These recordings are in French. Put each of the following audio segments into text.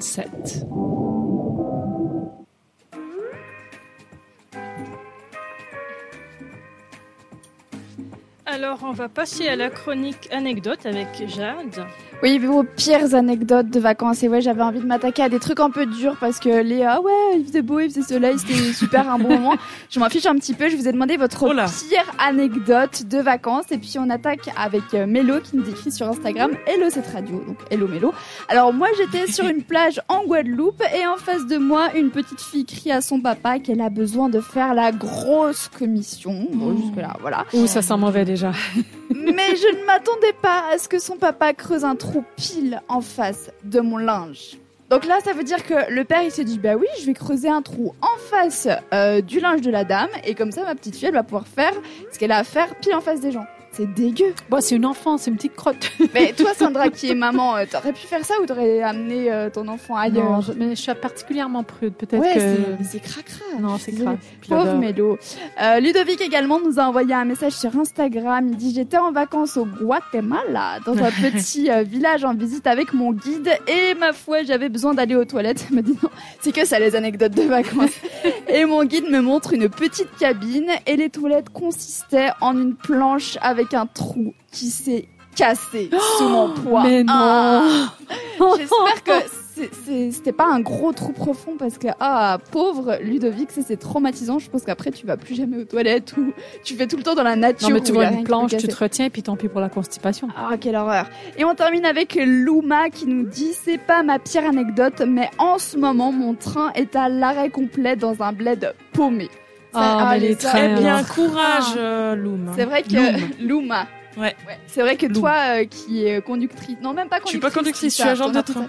Sunset. Alors, on va passer à la chronique anecdote avec Jade. Oui, vos pires anecdotes de vacances. Et ouais, j'avais envie de m'attaquer à des trucs un peu durs parce que les ah ouais, il faisait beau, il faisait soleil, c'était super un bon moment. Je m'en fiche un petit peu. Je vous ai demandé votre Oh là. pire anecdote de vacances. Et puis on attaque avec euh, Mélo qui nous écrit sur Instagram Hello cette radio. Donc Hello Mélo. Alors moi j'étais sur une plage en Guadeloupe et en face de moi une petite fille crie à son papa qu'elle a besoin de faire la grosse commission. Bon, Oh. jusque là, voilà. Ouh, ça sent mauvais déjà. Mais je ne m'attendais pas à ce que son papa creuse un trou pile en face de mon linge. Donc là, ça veut dire que le père, il s'est dit, bah oui, je vais creuser un trou en face euh, du linge de la dame, et comme ça, ma petite fille, elle va pouvoir faire ce qu'elle a à faire pile en face des gens. C'est dégueu. Bon, c'est une enfant, c'est une petite crotte. Mais toi, Sandra, qui est maman, euh, t'aurais pu faire ça ou t'aurais amené euh, ton enfant ailleurs Non, je, mais je suis particulièrement prude, peut-être Ouais, que. c'est- c'est cracra. Non, c'est Désolée. grave. Pauvre Mélo. Euh, Ludovic également nous a envoyé un message sur Instagram. Il dit J'étais en vacances au Guatemala, dans un petit euh, village en visite avec mon guide. Et ma foi, j'avais besoin d'aller aux toilettes. Il m'a dit Non, c'est que ça, les anecdotes de vacances. et mon guide me montre une petite cabine. Et les toilettes consistaient en une planche avec un trou qui s'est cassé sous mon poids. mais non. Ah. J'espère que c'est- c'est- c'était pas un gros trou profond parce que, ah, pauvre Ludovic, ça c'est traumatisant. Je pense qu'après tu vas plus jamais aux toilettes ou tu fais tout le temps dans la nature. Non, mais tu où il y vois a rien une qui peut planche, tu casser. te retiens, et puis tant pis pour la constipation. Ah, quelle horreur. Et on termine avec Louma qui nous dit C'est pas ma pire anecdote, mais en ce moment, mon train est à l'arrêt complet dans un bled paumé. Ça- Ah, mais les les trains, trains, alors. Eh bien, courage, Euh, Ah. euh, Loum. C'est vrai que Louma. Ouais. C'est vrai que Loum. toi euh, qui es conductrice, non même pas Je conductrice. suis pas conductrice, tu je suis as- agent de t'en as- train.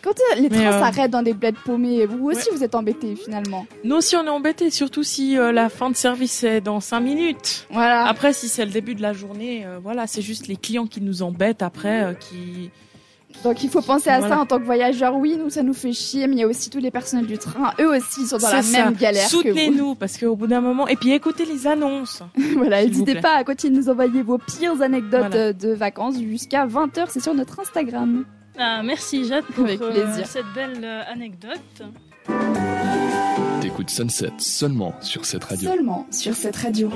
Quand euh, les Mais, trains euh, s'arrêtent dans des bleds paumés, vous aussi vous êtes embêtés finalement. Nous aussi, on est embêtés, surtout si euh, la fin de service est dans 5 minutes. Voilà. Après, si c'est le début de la journée, euh, voilà, c'est juste les clients qui nous embêtent après, euh, qui... Donc il faut penser à ça Voilà. en tant que voyageur. Oui, nous ça nous fait chier, mais il y a aussi tous les personnels du train. Eux aussi ils sont dans la C'est même ça. galère que vous. Soutenez-nous, parce qu'au bout d'un moment... Et puis écoutez les annonces. voilà, s'il vous n'hésitez plaît. pas à continuer de nous envoyer vos pires anecdotes Voilà. euh, de vacances jusqu'à 20h. C'est sur notre Instagram. Ah, merci Jade pour Avec euh, plaisir. cette belle euh, anecdote. T'écoutes Sunset seulement sur cette radio. Seulement sur cette radio.